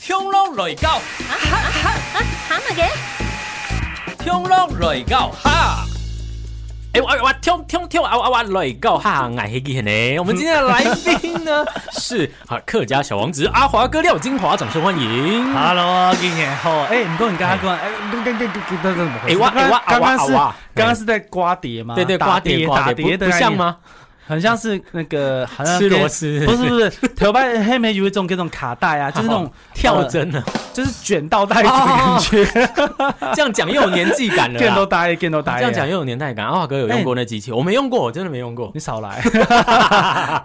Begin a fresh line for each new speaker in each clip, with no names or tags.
冲浪來教，
啊，喊乜嘅？
冲浪來教哈。哎、我我跳跳跳啊啊哇来告哈矮黑黑呢！我们今天的来宾呢是啊客家小王子阿华哥廖金华，掌声欢迎。
Hello 啊，今年好，哎、你跟你刚刚跟，哎，刚刚刚刚刚刚
哎哇哎哇
刚刚
啊哇
是
啊哇
刚刚是在刮碟吗？
对对，
打
瓜碟
打
瓜
碟
碟不
的
不
概
像
念？
吗？
很像是那个，好像
吃
跟
螺丝
不是不是，头发黑莓有一种跟那种卡带啊，就是那种
跳，针呢？
呃就是卷到带子的感觉，
这样讲又有年纪感了
卷都
啦。
带，卷都带。
这样讲又有年代感。阿华哥有用过那机器，我没用过，我真的没用 过。
你少来，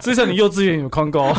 至少你幼稚园有空过。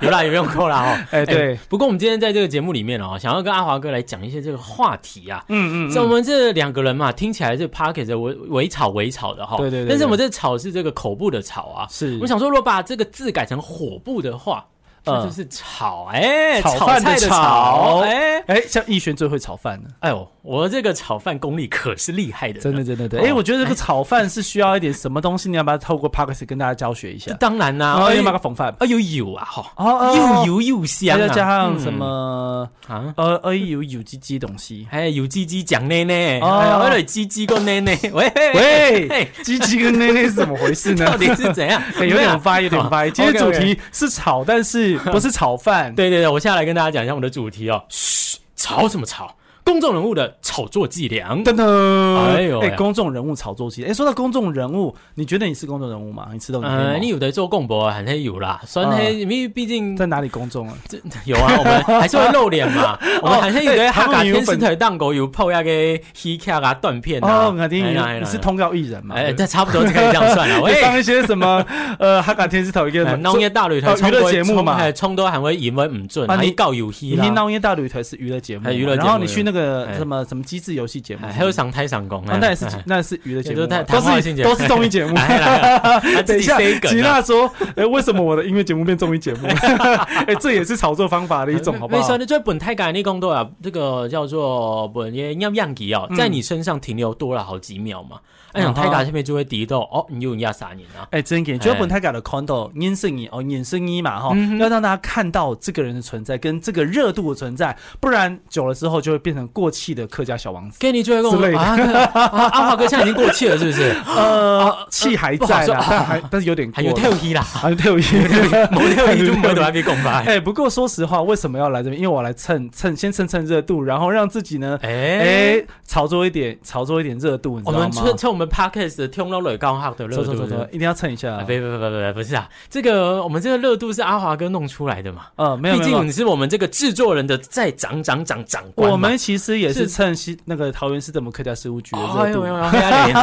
有啦，有用过啦哦。
哎，对，
不过我们今天在这个节目里面哦，想要跟阿华哥来讲一些这个话题啊。
嗯嗯
像我
嗯，
们这两个人嘛，听起来这 p a r k e t 围围吵围吵的哈，
对对对对
但是我们这吵是这个口部的吵啊，
是
我想说，如果把这个字改成火部的话，那
嗯
就是炒哎、
炒
炒
饭
菜
的
的
炒
炒哎。
哎，像逸轩最会炒饭了。
哎呦，我这个炒饭功力可是厉害的，
真的，。真的，对。
哦
哎、我觉得这个炒饭是需要一点什么东西，你要不要透过 p a r k s 跟大家教学一下
这？当然啦、
然后
哎
要
呦
买个，粉饭，
哎呦有啊哈，
哦哦
又油又
还
香
要
啊，
加上什么
嗯啊？
呃呃有有机鸡东西，
还有鸡鸡讲奶奶，哎
哦
还有那鸡鸡跟奶奶，喂
喂
嘿，
鸡鸡跟内内是怎么回事呢？
到底是欸怎样？
哎有点发，有点发。今天主
OK，OK
题是炒，但是不是炒 饭？
对对对，我下来跟大家讲一下我们的主题哦。嘘，吵什么吵？公众人物的炒作伎俩。
噔噔，
哎呦
哎
呀，
公众人物炒作机。哎，说到公众人物，你觉得你是公众人物吗？你吃到你
呃，
黑
你
吗？
有的做共博，很黑有啦，酸黑，因为毕竟
在哪里公众啊？
这有啊，我们还是会露脸 嘛。我们还是有的哈嘎天使腿当狗有泡呀个黑卡啊断片啊。
哦，肯定
哎呀
你你是，通告艺人嘛？
哎呀哎，这差不多就可以这样 算了。
会
喂，
上一些什么 呃哈嘎天使头一个什
哎
么
弄一大擂台
哦娱乐节目嘛
还冲都还会因为唔准，
啊
还
你
告有戏
你听
啦，
到因为大旅台是娱乐节目嘛，
哎娱乐节目
然后你去那个
哎
什么什么机智游戏节目，
哎还有上台上工，
啊，那也是
哎
那是娱乐节目
也都
嘛，
太
都
谈话性节
是
目
都是综艺节目。
哎来来 来
等一下
自己塞，梗啊
吉娜说：“哎，为什么我的音乐节目变综艺节目？ 哎，这也是炒作方法的
啊
一种，好不
所以
好
呢，这本泰感那工作啊，这个叫做本耶样样吉哦，
嗯
在你身上停留多了好几秒嘛。哎，想
嗯哼
泰感下面就会敌到哦，你有人家啥人啊？”？
哎，真给，
哎
就本泰改的 condo 衍生一哦，衍生一嘛哈
嗯哼，
要让大家看到这个人的存在跟这个热度的存在，不然久了之后就会变成过气的客家小王子。
给你就会跟我
之类的
啊，啊 阿华哥现在已经过气了，是不 是？
呃，气还
不好
在
说
啦，但啊还但是有点
还
过
有跳
了，
戏啦，
还有 跳一，
某跳戏就没得 IP 共吧？
哎、不过说实话，为什么要来这边？因为我来蹭蹭，先蹭蹭热度，然后让自己呢，哎、
哎，哦
炒作一点，炒作一点热度，你
我
知道
们
吗？
趁趁我们 podcast 的听到了刚好的热
走
度
走走走，
的。
一定要蹭一下
啊，。不不不不不，不是啊，这个我们这个热度是阿华哥弄出来的嘛？
呃，没有
毕
没有，
竟
没有
你是我们这个制作人的再长长长长官嘛。
我们其实也
是
是蹭西那个桃园市政府客家事务局的
哦，哎
热
呦
度，
哎呦，黑暗脸，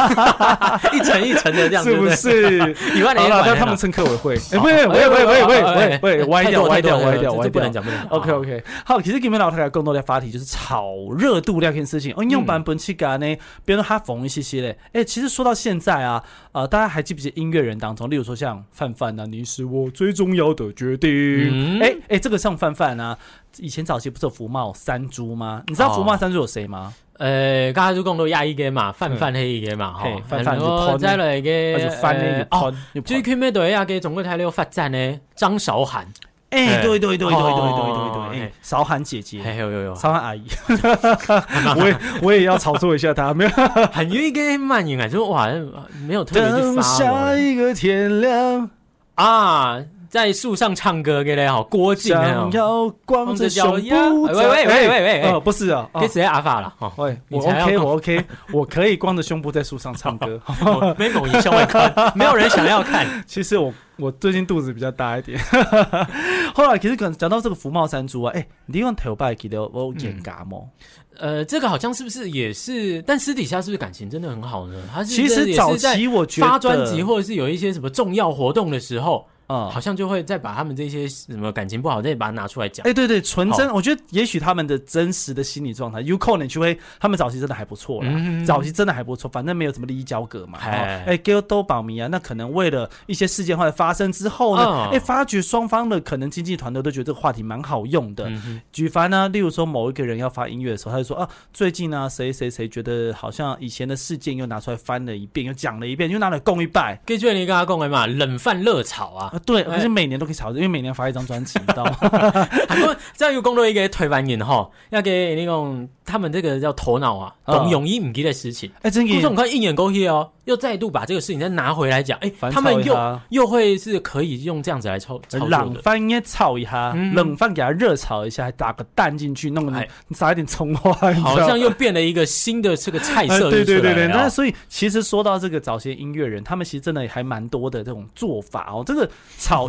一层一层的这样，
是不是？
对？一万
好
年
了，
管
那他们蹭客委
哦
会，哎，喂喂喂喂喂
哎
喂喂，歪掉歪掉歪掉歪
不能
掉。
讲，不能讲。
OK OK，好，其实今天老太太更多的话题就是炒热度那件事情。哦，用版本去干呢，别人他缝一些些嘞。哎，其实说到现在啊，呃，大家还记不记得音乐人当中，例如说像范范啊，你是我最重要的决定。
嗯
哎哎，这个像范范啊，以前早期不是有福茂三猪吗？你知道福茂三猪有谁吗？
呃，刚才就讲到亚裔嘅嘛，泛泛黑嘅嘛，哈，再来
那
嘅，
就翻那个
哦。
潘，那个潘
最近咩队亚啊嘅总会睇到发展呢，张韶涵，
哎，对对对对对
哦
对对对，
哎
哎，韶涵姐姐，
哎呦 呦呦，
韶涵阿姨，我也我也要炒作一下她，没有。
很有一个漫影啊，就哇，没有特别去
等下
发
一个天亮，
啊，在树上唱歌嘅咧，哈，郭靖
想
啊，
要光着胸部
光着脚丫
走。
喂喂喂喂喂
哎呃，不是啊，啊
给谁阿法了？哈，
喂，
你
我
才要
OK，我 OK，我 可以光着胸部在树上 唱歌。
没某一向外 看，没有人想要看。
其实我我最近肚子比较大一点。 后来其实可能讲到这个福茂山猪啊，哎，你用头拜记得我眼嘎吗？
呃，这个好像是不是也是？但私底下是不是感情真的很好呢？他是
其
真的
实
也
早
是在
期我觉得
发专辑或者是有一些什么重要活动的时候，
啊
好，像就会再把他们这些什么感情不好再把它拿出来讲。
哎、对对，纯真，我觉得也许他们的真实的心理状态，U c o 你去会，他们早期真的还不错啦，
嗯
早期真的还不错，反正没有什么利益交割嘛。哦
哎
哎、给都保密啊，那可能为了一些事件后来发生之后呢，
嗯
哎、发觉双方的可能经济团队都觉得这个话题蛮好用的。
嗯哼
举凡呢，例如说某一个人要发音乐的时候，他就说啊，最近呢、谁谁谁觉得好像以前的事件又拿出来翻了一遍，又讲了一遍，又拿来供一拜。
哎跟俊你跟他讲的嘛，冷饭热炒啊，
啊，对，
哎
而且每年都可以炒，因为每年发一张专辑， 你知道吗？
韩国这样有讲到一个台湾人吼，要给那种他们这个叫头脑啊，懂
嗯
容易唔记得事情。
哎，真
顾
给
总看一眼过去哦，又再度把这个事情再拿回来讲，哎、
反
他们
炒一
又
下
又会是可以用这样子来操操作
冷
的。
饭应该炒一下，
嗯
冷饭给它热炒一下，还打个蛋进去，弄
哎
个你撒一点葱花，你知道
好
吗
像又变了一个新的这个菜
哎
色、
对对对对，那
那
所以其实说到这个早些音乐人，他们其实真的还蛮多的这种做法哦。这个 炒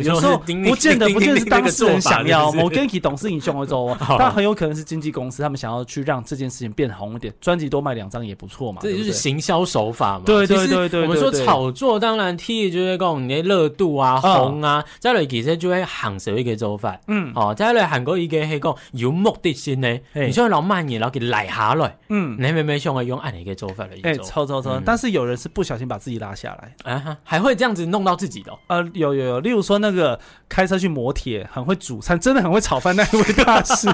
你
有
说
时候
是叮
不见得
叮
不见得
叮
是
叮那
当
个
事人
做法
想要，哦
是不是
某 g a n k 董事引凶而走哦，
好
但很有可能是经纪公司他们想要去让这件事情变红一点，专辑多卖两张也不错嘛。
这就
对不
是
对
行销手法嘛。
对对
其实
对对对
我们说
对对
炒作，当然 T 就是讲你的热度啊、
嗯
红啊，再来其实就会行社一个做法。
嗯
哦，再来韩国一个系讲有目的性呢，
嘿
你像老慢嘢，然后给赖下来，
嗯，
你明明想要用按你个做法来
哎，
做，
超超超
嗯！
但是有人是不小心把自己拉下来。
啊哈，还会这样子弄到自己 的哦、
呃，有有有，例如说那个开车去磨铁，很会煮餐，真的很会炒饭那一位大 师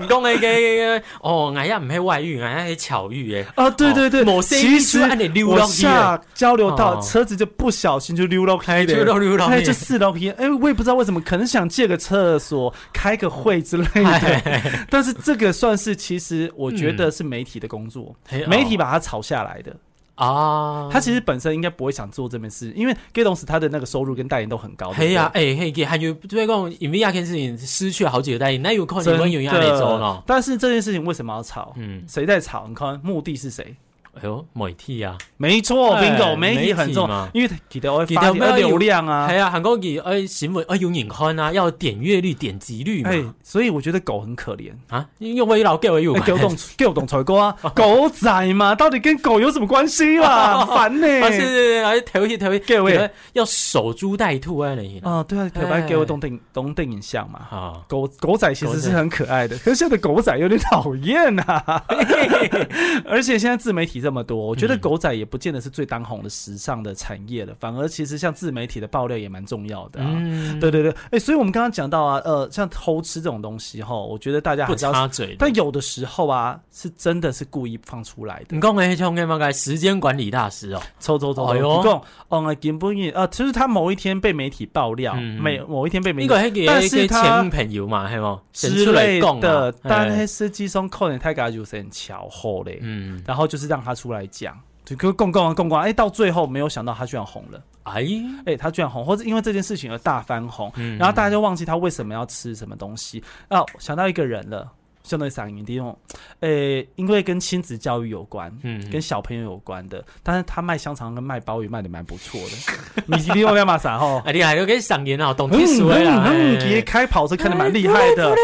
唔讲你嘅哦，哎呀唔系外遇，哎呀系巧遇诶。
啊，对对对，
哦某些
其
秘书
实
按你溜
我
到去了，
下交流道
哦
车子就不小心就溜到开的，
溜到溜到
哎，
去啊
就四到偏，哎，我也不知道为什么，可能想借个厕所、开个会之类
哎
的。但是这个算是，其实我觉得是媒体的工作，
嘿哦
媒体把它炒下来的。
啊，
他其实本身应该不会想做这件事，因为 Gay 董事他的那个收入跟代言都很高。
系
对不对
啊，诶，嗯嘿嘅，还有对讲，因为亚件事情失去了好几个代言，那有可能
真
温有亚那周
的
咯。。
但是这件事情为什么要炒？
嗯，
谁在炒？你看目的是谁？
哎呦，媒体啊，
没错
哎
，bingo，
媒
媒
体
体很重
嘛，
因为给到会
其
发
實有
点流量啊，
系啊，韩国嘅诶新闻，哎有人看啊，要点阅率、点击率
哎、
嘛。
所以我觉得狗很可怜。
啊，因为我老给我有
哎
关
狗懂狗懂采购啊， 狗仔嘛，到底跟狗有什么关 系啦？烦 呢、
啊，是是是，然后头一头一，
各位
要守株待兔啊，你
啊，对啊，可
哎
白给我懂电懂电影像嘛。
好。
狗狗仔其实是很可爱的，可是现在的狗仔有点讨厌 呐。而且现在自媒体这么多，我觉得
嗯
狗仔也不见得是最当红的时尚的产业了，反而其实像自媒体的爆料也蛮重要的、啊。
嗯，
对对对，哎、所以我们刚刚讲到啊，呃，像偷吃这种东西哈，我觉得大家
不
还是啊要
插嘴的。
但有的时候啊，是真的是故意放出来的。
你讲的迄种嘅嘛，个时间管理大师哦，
抽抽抽
哎呦
抽，一共嗯，根本也呃，其实他某一天被媒体爆料，
嗯
每某一天被媒
应
体
该迄个
但
迄
是
个
他
前女朋友嘛，系冇
之类
啊哎
的，但
系
是司机上扣人太高就是很巧后嘞，
嗯，
然后就是让他出来讲。就跟共共啊共共啊，哎、到最后没有想到他居然红了，
哎，
哎、他居然红，或者因为这件事情而大翻红，
嗯
然后大家就忘记他为什么要吃什么东西。啊，想到一个人了，相当于嗓音低用，哎、因为跟亲子教育有关，
嗯
跟小朋友有关的，但是他卖香肠跟卖鲍鱼卖的蛮不错的。 你一定要干嘛啥 吼？
啊，你还要跟上年啊，懂
嗯
技术的啦，哎
嗯，别
嘿
开跑车看的蛮厉害的。 哎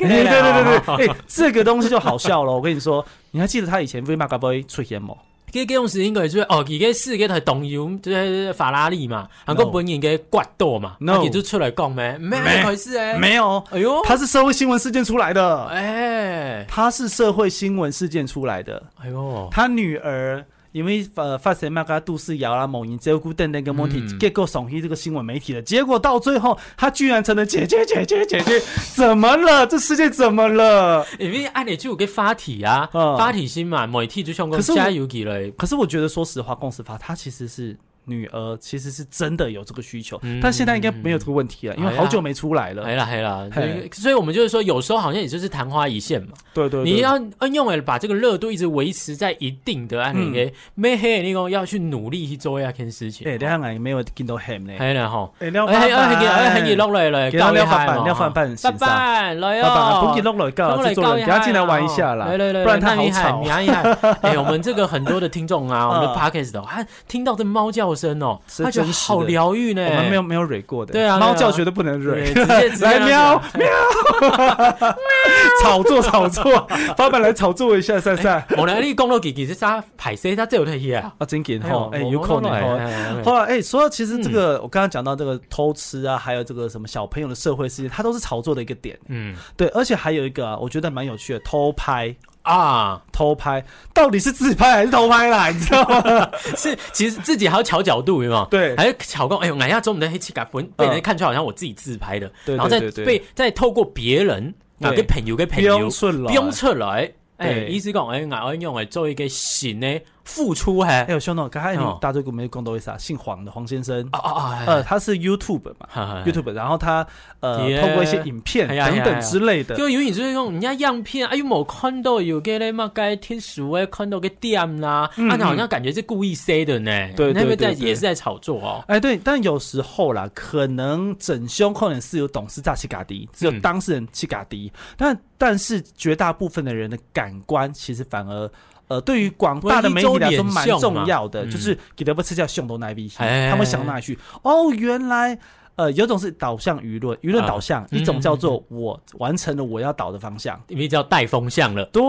对对对对，哎，这个东西就好笑了。我跟你说，你还记得他以前 V Mac Boy 出现吗？
佮佮用时应该就是哦，佮个四个台动用就是法拉利嘛，韩国
No
本人嘅刮舵嘛，
No
佢就出来讲咩，咩
没
回事诶，
没有，
哎呦，
他是社会新闻事件出来的，
哎，
他是社会新闻事件出来的。
哎呦，
他女儿因为呃发生那个杜世瑶啦、某人照顾等等跟问题，
嗯
结果送去这个新闻媒体了。结果到最后，他居然成了姐姐姐姐姐姐，怎么了？这世界怎么了？
因为按理就有个发体啊，
嗯
发体心嘛，媒体就像讲
可是我
加油起来，
可是我觉得，说实话，公司发他其实是。女儿其实是真的有这个需求，
嗯
但现在应该没有这个问题了，因为好久没出来了。
系啦系啦，
嘿
所以我们就是说，有时候好像也就是昙花一现嘛。
对对对，
你要嗯用为把这个热度一直维持在一定的按那个没黑那个要去努力去做一件事情。
哎，等下俺没有见到 him 呢。
系啦吼，
哎，廖
哎哎哎哎，你
老
落来了，
给他廖
翻
翻版，廖翻版，
拜拜来
爸爸，
哦
不给。弄了，告
帮我
制
来
作
告
人，
一
给他
下
进来玩一下啦，
来来来，
不然他
那
好
厉害
吵
你。厉害！哎，我们这个很多的听众啊，我们的
嗯
podcast 的，他听到这猫叫声哦，
是
他觉得
真实
好
的
疗愈呢。
我们没有没有蕊过的，
对啊对啊
猫叫绝对不能
对，
蕊
直。 接直接
来
让
喵
它
喵， 炒作炒作， 老板来炒作一下，散散
我来，你讲到几几是啥排谁？他这有特意啊？
啊，真给吼，哎，
我
有可
我
能吼。
哎嗯
后来哎，说到其实这个，我刚刚讲到这个偷吃啊，还有这个什么小朋友的社会事件，它都是炒作的一个点。
嗯
对，而且还有一个啊，我觉得蛮有趣的，偷拍。
啊，
偷拍到底是自拍还是偷拍啦？你 知道吗？
是其实自己还要调角度，有没有？
对
还要巧工，哎呦，哎呀，中午的黑气感不被人看出来，好像我自己自拍的，
嗯对对
然后再
对对
被再透过别人啊，
对
给朋友给朋友
标准了，
标出来，哎，
对
意思讲，哎，我要用来做一个新的付出嘿
哎、，有兄弟，刚才你
哦
大队鼓没共斗一下，姓黄的黄先生，
啊啊
呃，他是 YouTube 嘛
啊
，YouTube，然后他呃，
耶
透过一些影片
哎呀
等
哎呀哎
等
呀
之类的，
就有你就是用人家样片，哎呦某 condo 有给嘞嘛该天鼠哎 condo 给店啦，
嗯
啊，那好像感觉是故意塞的呢，
对对
那边在
对对
也是在炒作哦，
哎，对，但有时候啦，可能整凶可能是有董事在去嘎迪，只有
嗯
当事人去嘎迪，但但是绝大部分的人的感官其实反而。呃，对于广大的媒体来说蛮重要的，
嗯
就是给德不吃叫凶都那一批，
哎
他们想哪里去？哦，原来呃，有种是导向舆论，舆论
啊
导向，
嗯
一种叫做我完成了我要导的方向。
因为叫带风向了，
对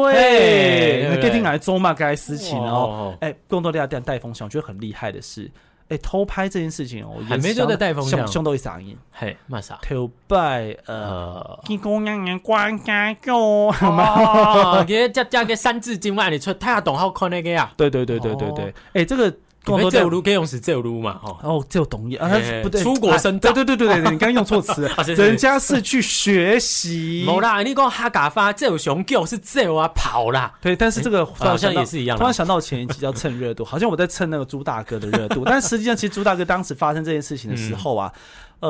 对，
那
对
getting 来周嘛该私情哦，
哦，
哎，共斗量带带风向，我觉得很厉害的是，哎，偷拍这件事情哦，我
还没就在带风向
凶凶都会嗓音，
嘿，嘛啥？
偷拍呃，
呃，
天公娘娘关家狗，
哦，给加加个三字经嘛，你出太懂好看那个呀，
对对对对对对，哎，这个
因
共
为
斗
这
量
路可以用是这路嘛，哦，
哦，只有懂一啊，
哎
不对，
出国深造
哎对对对对对，你刚刚用错词
啊，是是是
人家是去学习，
冇啦，你讲哈嘎发这有熊狗是这有啊跑啦，
对，但是这个
好像
也
也
是。
是一样
突然
啦，
想到前一集叫蹭热度，好像我在蹭那个朱大哥的热度，但实际上其实朱大哥当时发生这件事情的时候啊，呃，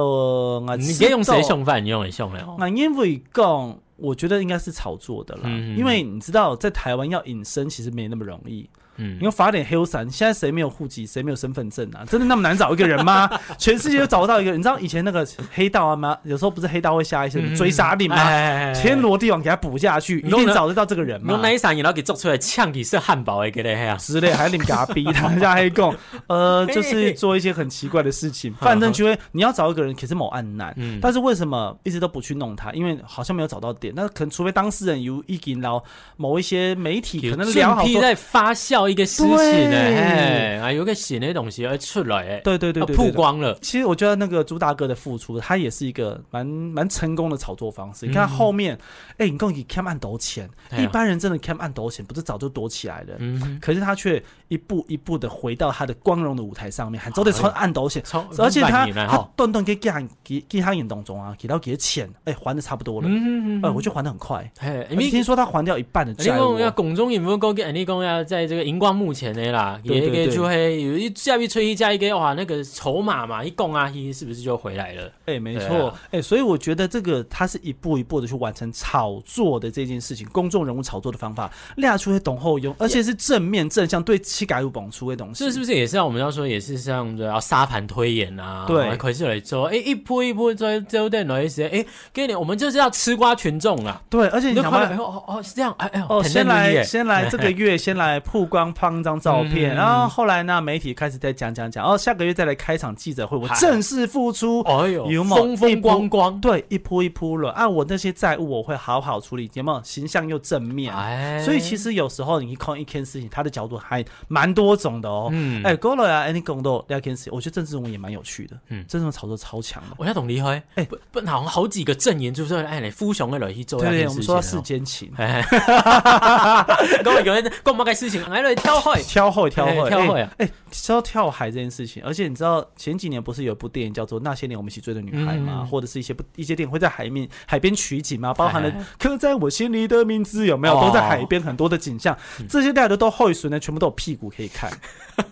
我
嗯你
知
别用谁
道
凶犯，你用谁凶了哦，
那因为讲，我觉得应该是炒作的啦，
嗯
因为你知道，在台湾要隐身其实没那么容易，
嗯
因为法点黑伞，现在谁没有户籍，谁没有身份证啊？真的那么难找一个人吗？全世界都找不到一个人。你知道以前那个黑道啊嘛，有时候不是黑道会下一些什么追杀令吗？
嗯哎
天罗地网给他补下去，一
你弄
定
那
找得到这个人
用
嘛？
那一闪，然后给做出来呛起是汉堡诶，给嘞嘿啊，
之类，还领给他逼 他人家黑供，呃，就是做一些很奇怪的事情。反正就会你要找一个人，可是某案难，
嗯
但是为什么一直都不去弄他？因为好像没有找到点。那可能除非当事人有意见，然后某一些媒体可能聊好
批
说，
在发酵一个事情呢，
对
嘿啊，有个新的东西会出来诶，
对对对
要
对，
曝
对。
光了，
其实我觉得那个朱大哥的付出，他也是一个蛮蛮成功的炒作方式。你看
嗯
后面，哎、你共给 Cam 暗斗钱，
哎呀
一般人真的 Cam 暗斗钱，不是早就躲起来了？
嗯，
可是他却一步一步的回到他的光荣的舞台上面，还都得穿暗斗险，
从
而且他
慢点来
他
哈，
顿顿给给他给给他眼当中啊，给到给钱，哎、还的差不多了，
嗯
哎、我就还的很快。
嘿，因
你
为
听说他还掉一半的
你
债务
讲要
哦，
拱中有没有够给？你讲要在这个荧光幕前的啦，
对
也
对
给
对
就会有一下一吹一加一个哇，那个筹码嘛，一拱啊，一是不是就回来了？
哎、没
对
错，哎
啊、
所以我觉得这个他是一步一步的去完成炒作的这件事情，公众人物炒作的方法，亮出会懂后用，而且是正面正向对七改入绑出的东西，
这是不是也是像我们要说，也是像要沙盘推演啊？
对
可是来说，哎、一波一波追追对哪一些？哎、给你，我们就是要吃瓜群众啦。
对，而且
你
你
就
想
看到，哎
嘛
呦哦哦，是这样，哎哎呦，
哦，
很
先
嫩如
来
耶
先来这个月，先来曝光放一张照片，
嗯
然后后来呢，媒体开始在讲讲讲，哦，下个月再来开场记者会，我
嗨
正式复出，
哎呦，
有某
风
一
风
波
光光，
对，一铺一铺了，啊，我那些债务我会好好处理，有没有？形象又正面，
哎，
所以其实有时候你看一件事情，它的角度还蛮多种的哦。
嗯，哎、
哎，够了呀！哎，你讲到聊件事，我觉得郑志龙也蛮有趣的，嗯
嗯，
郑志龙炒作超强的。
我要懂离开，哎、
哎
不不，好像好几个阵营就是哎，你夫雄的来去做
对
那
对，
件
我
事情
们说
哦
到世间情，
哎，跟我有人跟我们个事情，哎，来跳海，
挑会挑
哎
会
跳
哎
海啊，
哎、说到跳海这件事情，而且你知道前几年不是有一部电影叫做《那些年我们一起追的女孩》吗？
嗯
或者是一些不一些电影会在海面海边取景吗？包含了
哎哎
《刻在我心里的名字》有没有？
哦
都在海边很多的景象，这些大家都后水呢，全部都有屁股可以 看。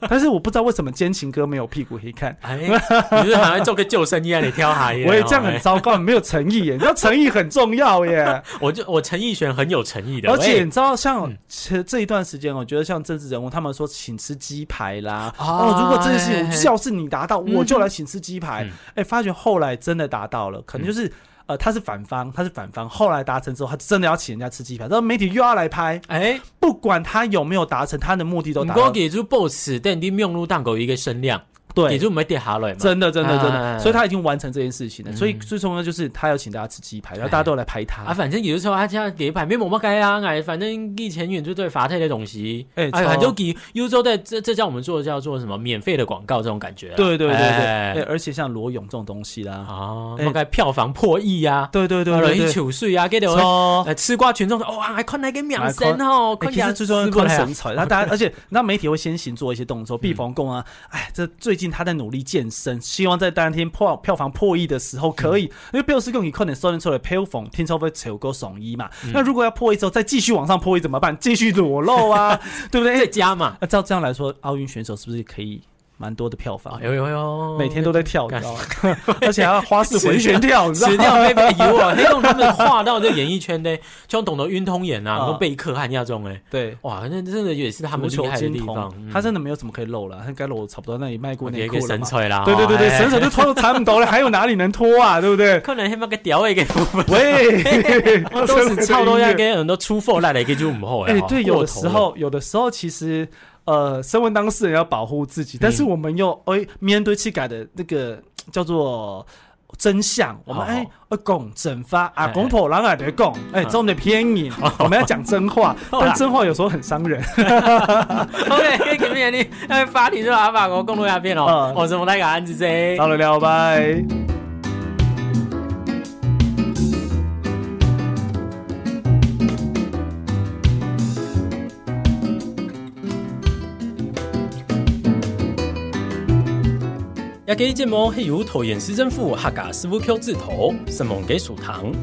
但是我不知道为什么奸情哥没有屁股可以看。
哎，你是好像做个救生衣啊，你跳海耶，
我也这样
哦
很糟糕，没有诚意耶！你知道诚意很重要耶。
我就我陈奕迅很有诚意的，
而且
喂
你知道，像
嗯
这这一段时间，我觉得像政治人物，他们说请吃鸡排啦。
啊
哦，如果这件事情
嘿嘿
要是你达到，
嗯
我就来请吃鸡排
嗯。
哎，发觉后来真的达到了，可能就是呃，他是反方，他是反方，后来达成之后，他真的要请人家吃鸡排，然后媒体又要来拍，
哎，
不管他有没有达成，他的目的都
唔
达
过
到。
给住 boss，但你命入档口一个声量，给
对。
住没跌下来嘛，
真的，真的，真的，
哎
所以他已经完成这件事情了。所以最重要就是他要请大家吃鸡排，然后大家都来拍他
嗯哎啊，。反正有的时候啊，这样给牌面冇乜该啊，哎，反正以前远就对罚退的东西，
哎
哎，
超
很多给 U 洲在这这叫我们做的叫做什么免费的广告这种感觉啊，
对对对对，
哎
哎，而且像罗勇这种东西啦，
哦，
哎
冇该票房破亿啊，
对对对
啊
对
人
对，
糗税啊，给到
超
呃吃瓜群众说哇，还看那个秒神哦，
欸、
看
哎其实最重要是
看
嗯看身材，那大家，而且那媒体会先行做一些动作，避逢共啊，哎，这最竟他在努力健身，希望在当天破票房破亿的时候可以，因为《表示更以快点收敛出来票房听说会超过耸一嘛。那如果要破亿之后再继续往上破亿怎么办？继续裸露 啊，对不
再
对？
加嘛，
那照这样来说，奥运选手是不是可以蛮多的票房？
哎呦呦呦，
每天都在跳，你
干
知道吗？ 而且还要花式回旋跳，你知道
辞
吗？
掉被被以我，那种他们画到这演艺圈的，就像懂得晕通眼啊，
啊
跟贝克汉那种哎，
对，
哇，那真的也是他
足
们
球
厉害的
金
地
童
方，，嗯
他真的没有什么可以露了，他该露的差不多，那也卖过
也
内
给
裤了
神
嘛。
锤啦，
对对对对，
哎
神手就脱都缠不到了，还有哪里能脱啊？对不对？
可能他妈个屌也给部分，
喂，
都是操都要跟很多出货来的，给就唔好哎
哎，，对，有
过
的
头
时
了
候，有的时候其实，呃，身为当事人要保护
嗯
自己，但是我们又哎面对气改的那个叫做。真相，我们
好
哎，呃，讲整发啊，
哦哎
公婆啷个的讲，哎，这的偏 影，我们要讲真话，
好啦
但真话有时候很伤人。
，OK，咁样你哎发你说阿法国公路鸦片哦
嗯，
我怎么来个案子啫？
好了，聊拜。
也给一节目，黑如头眼市政府客家师傅 Q 字头，什么给属堂。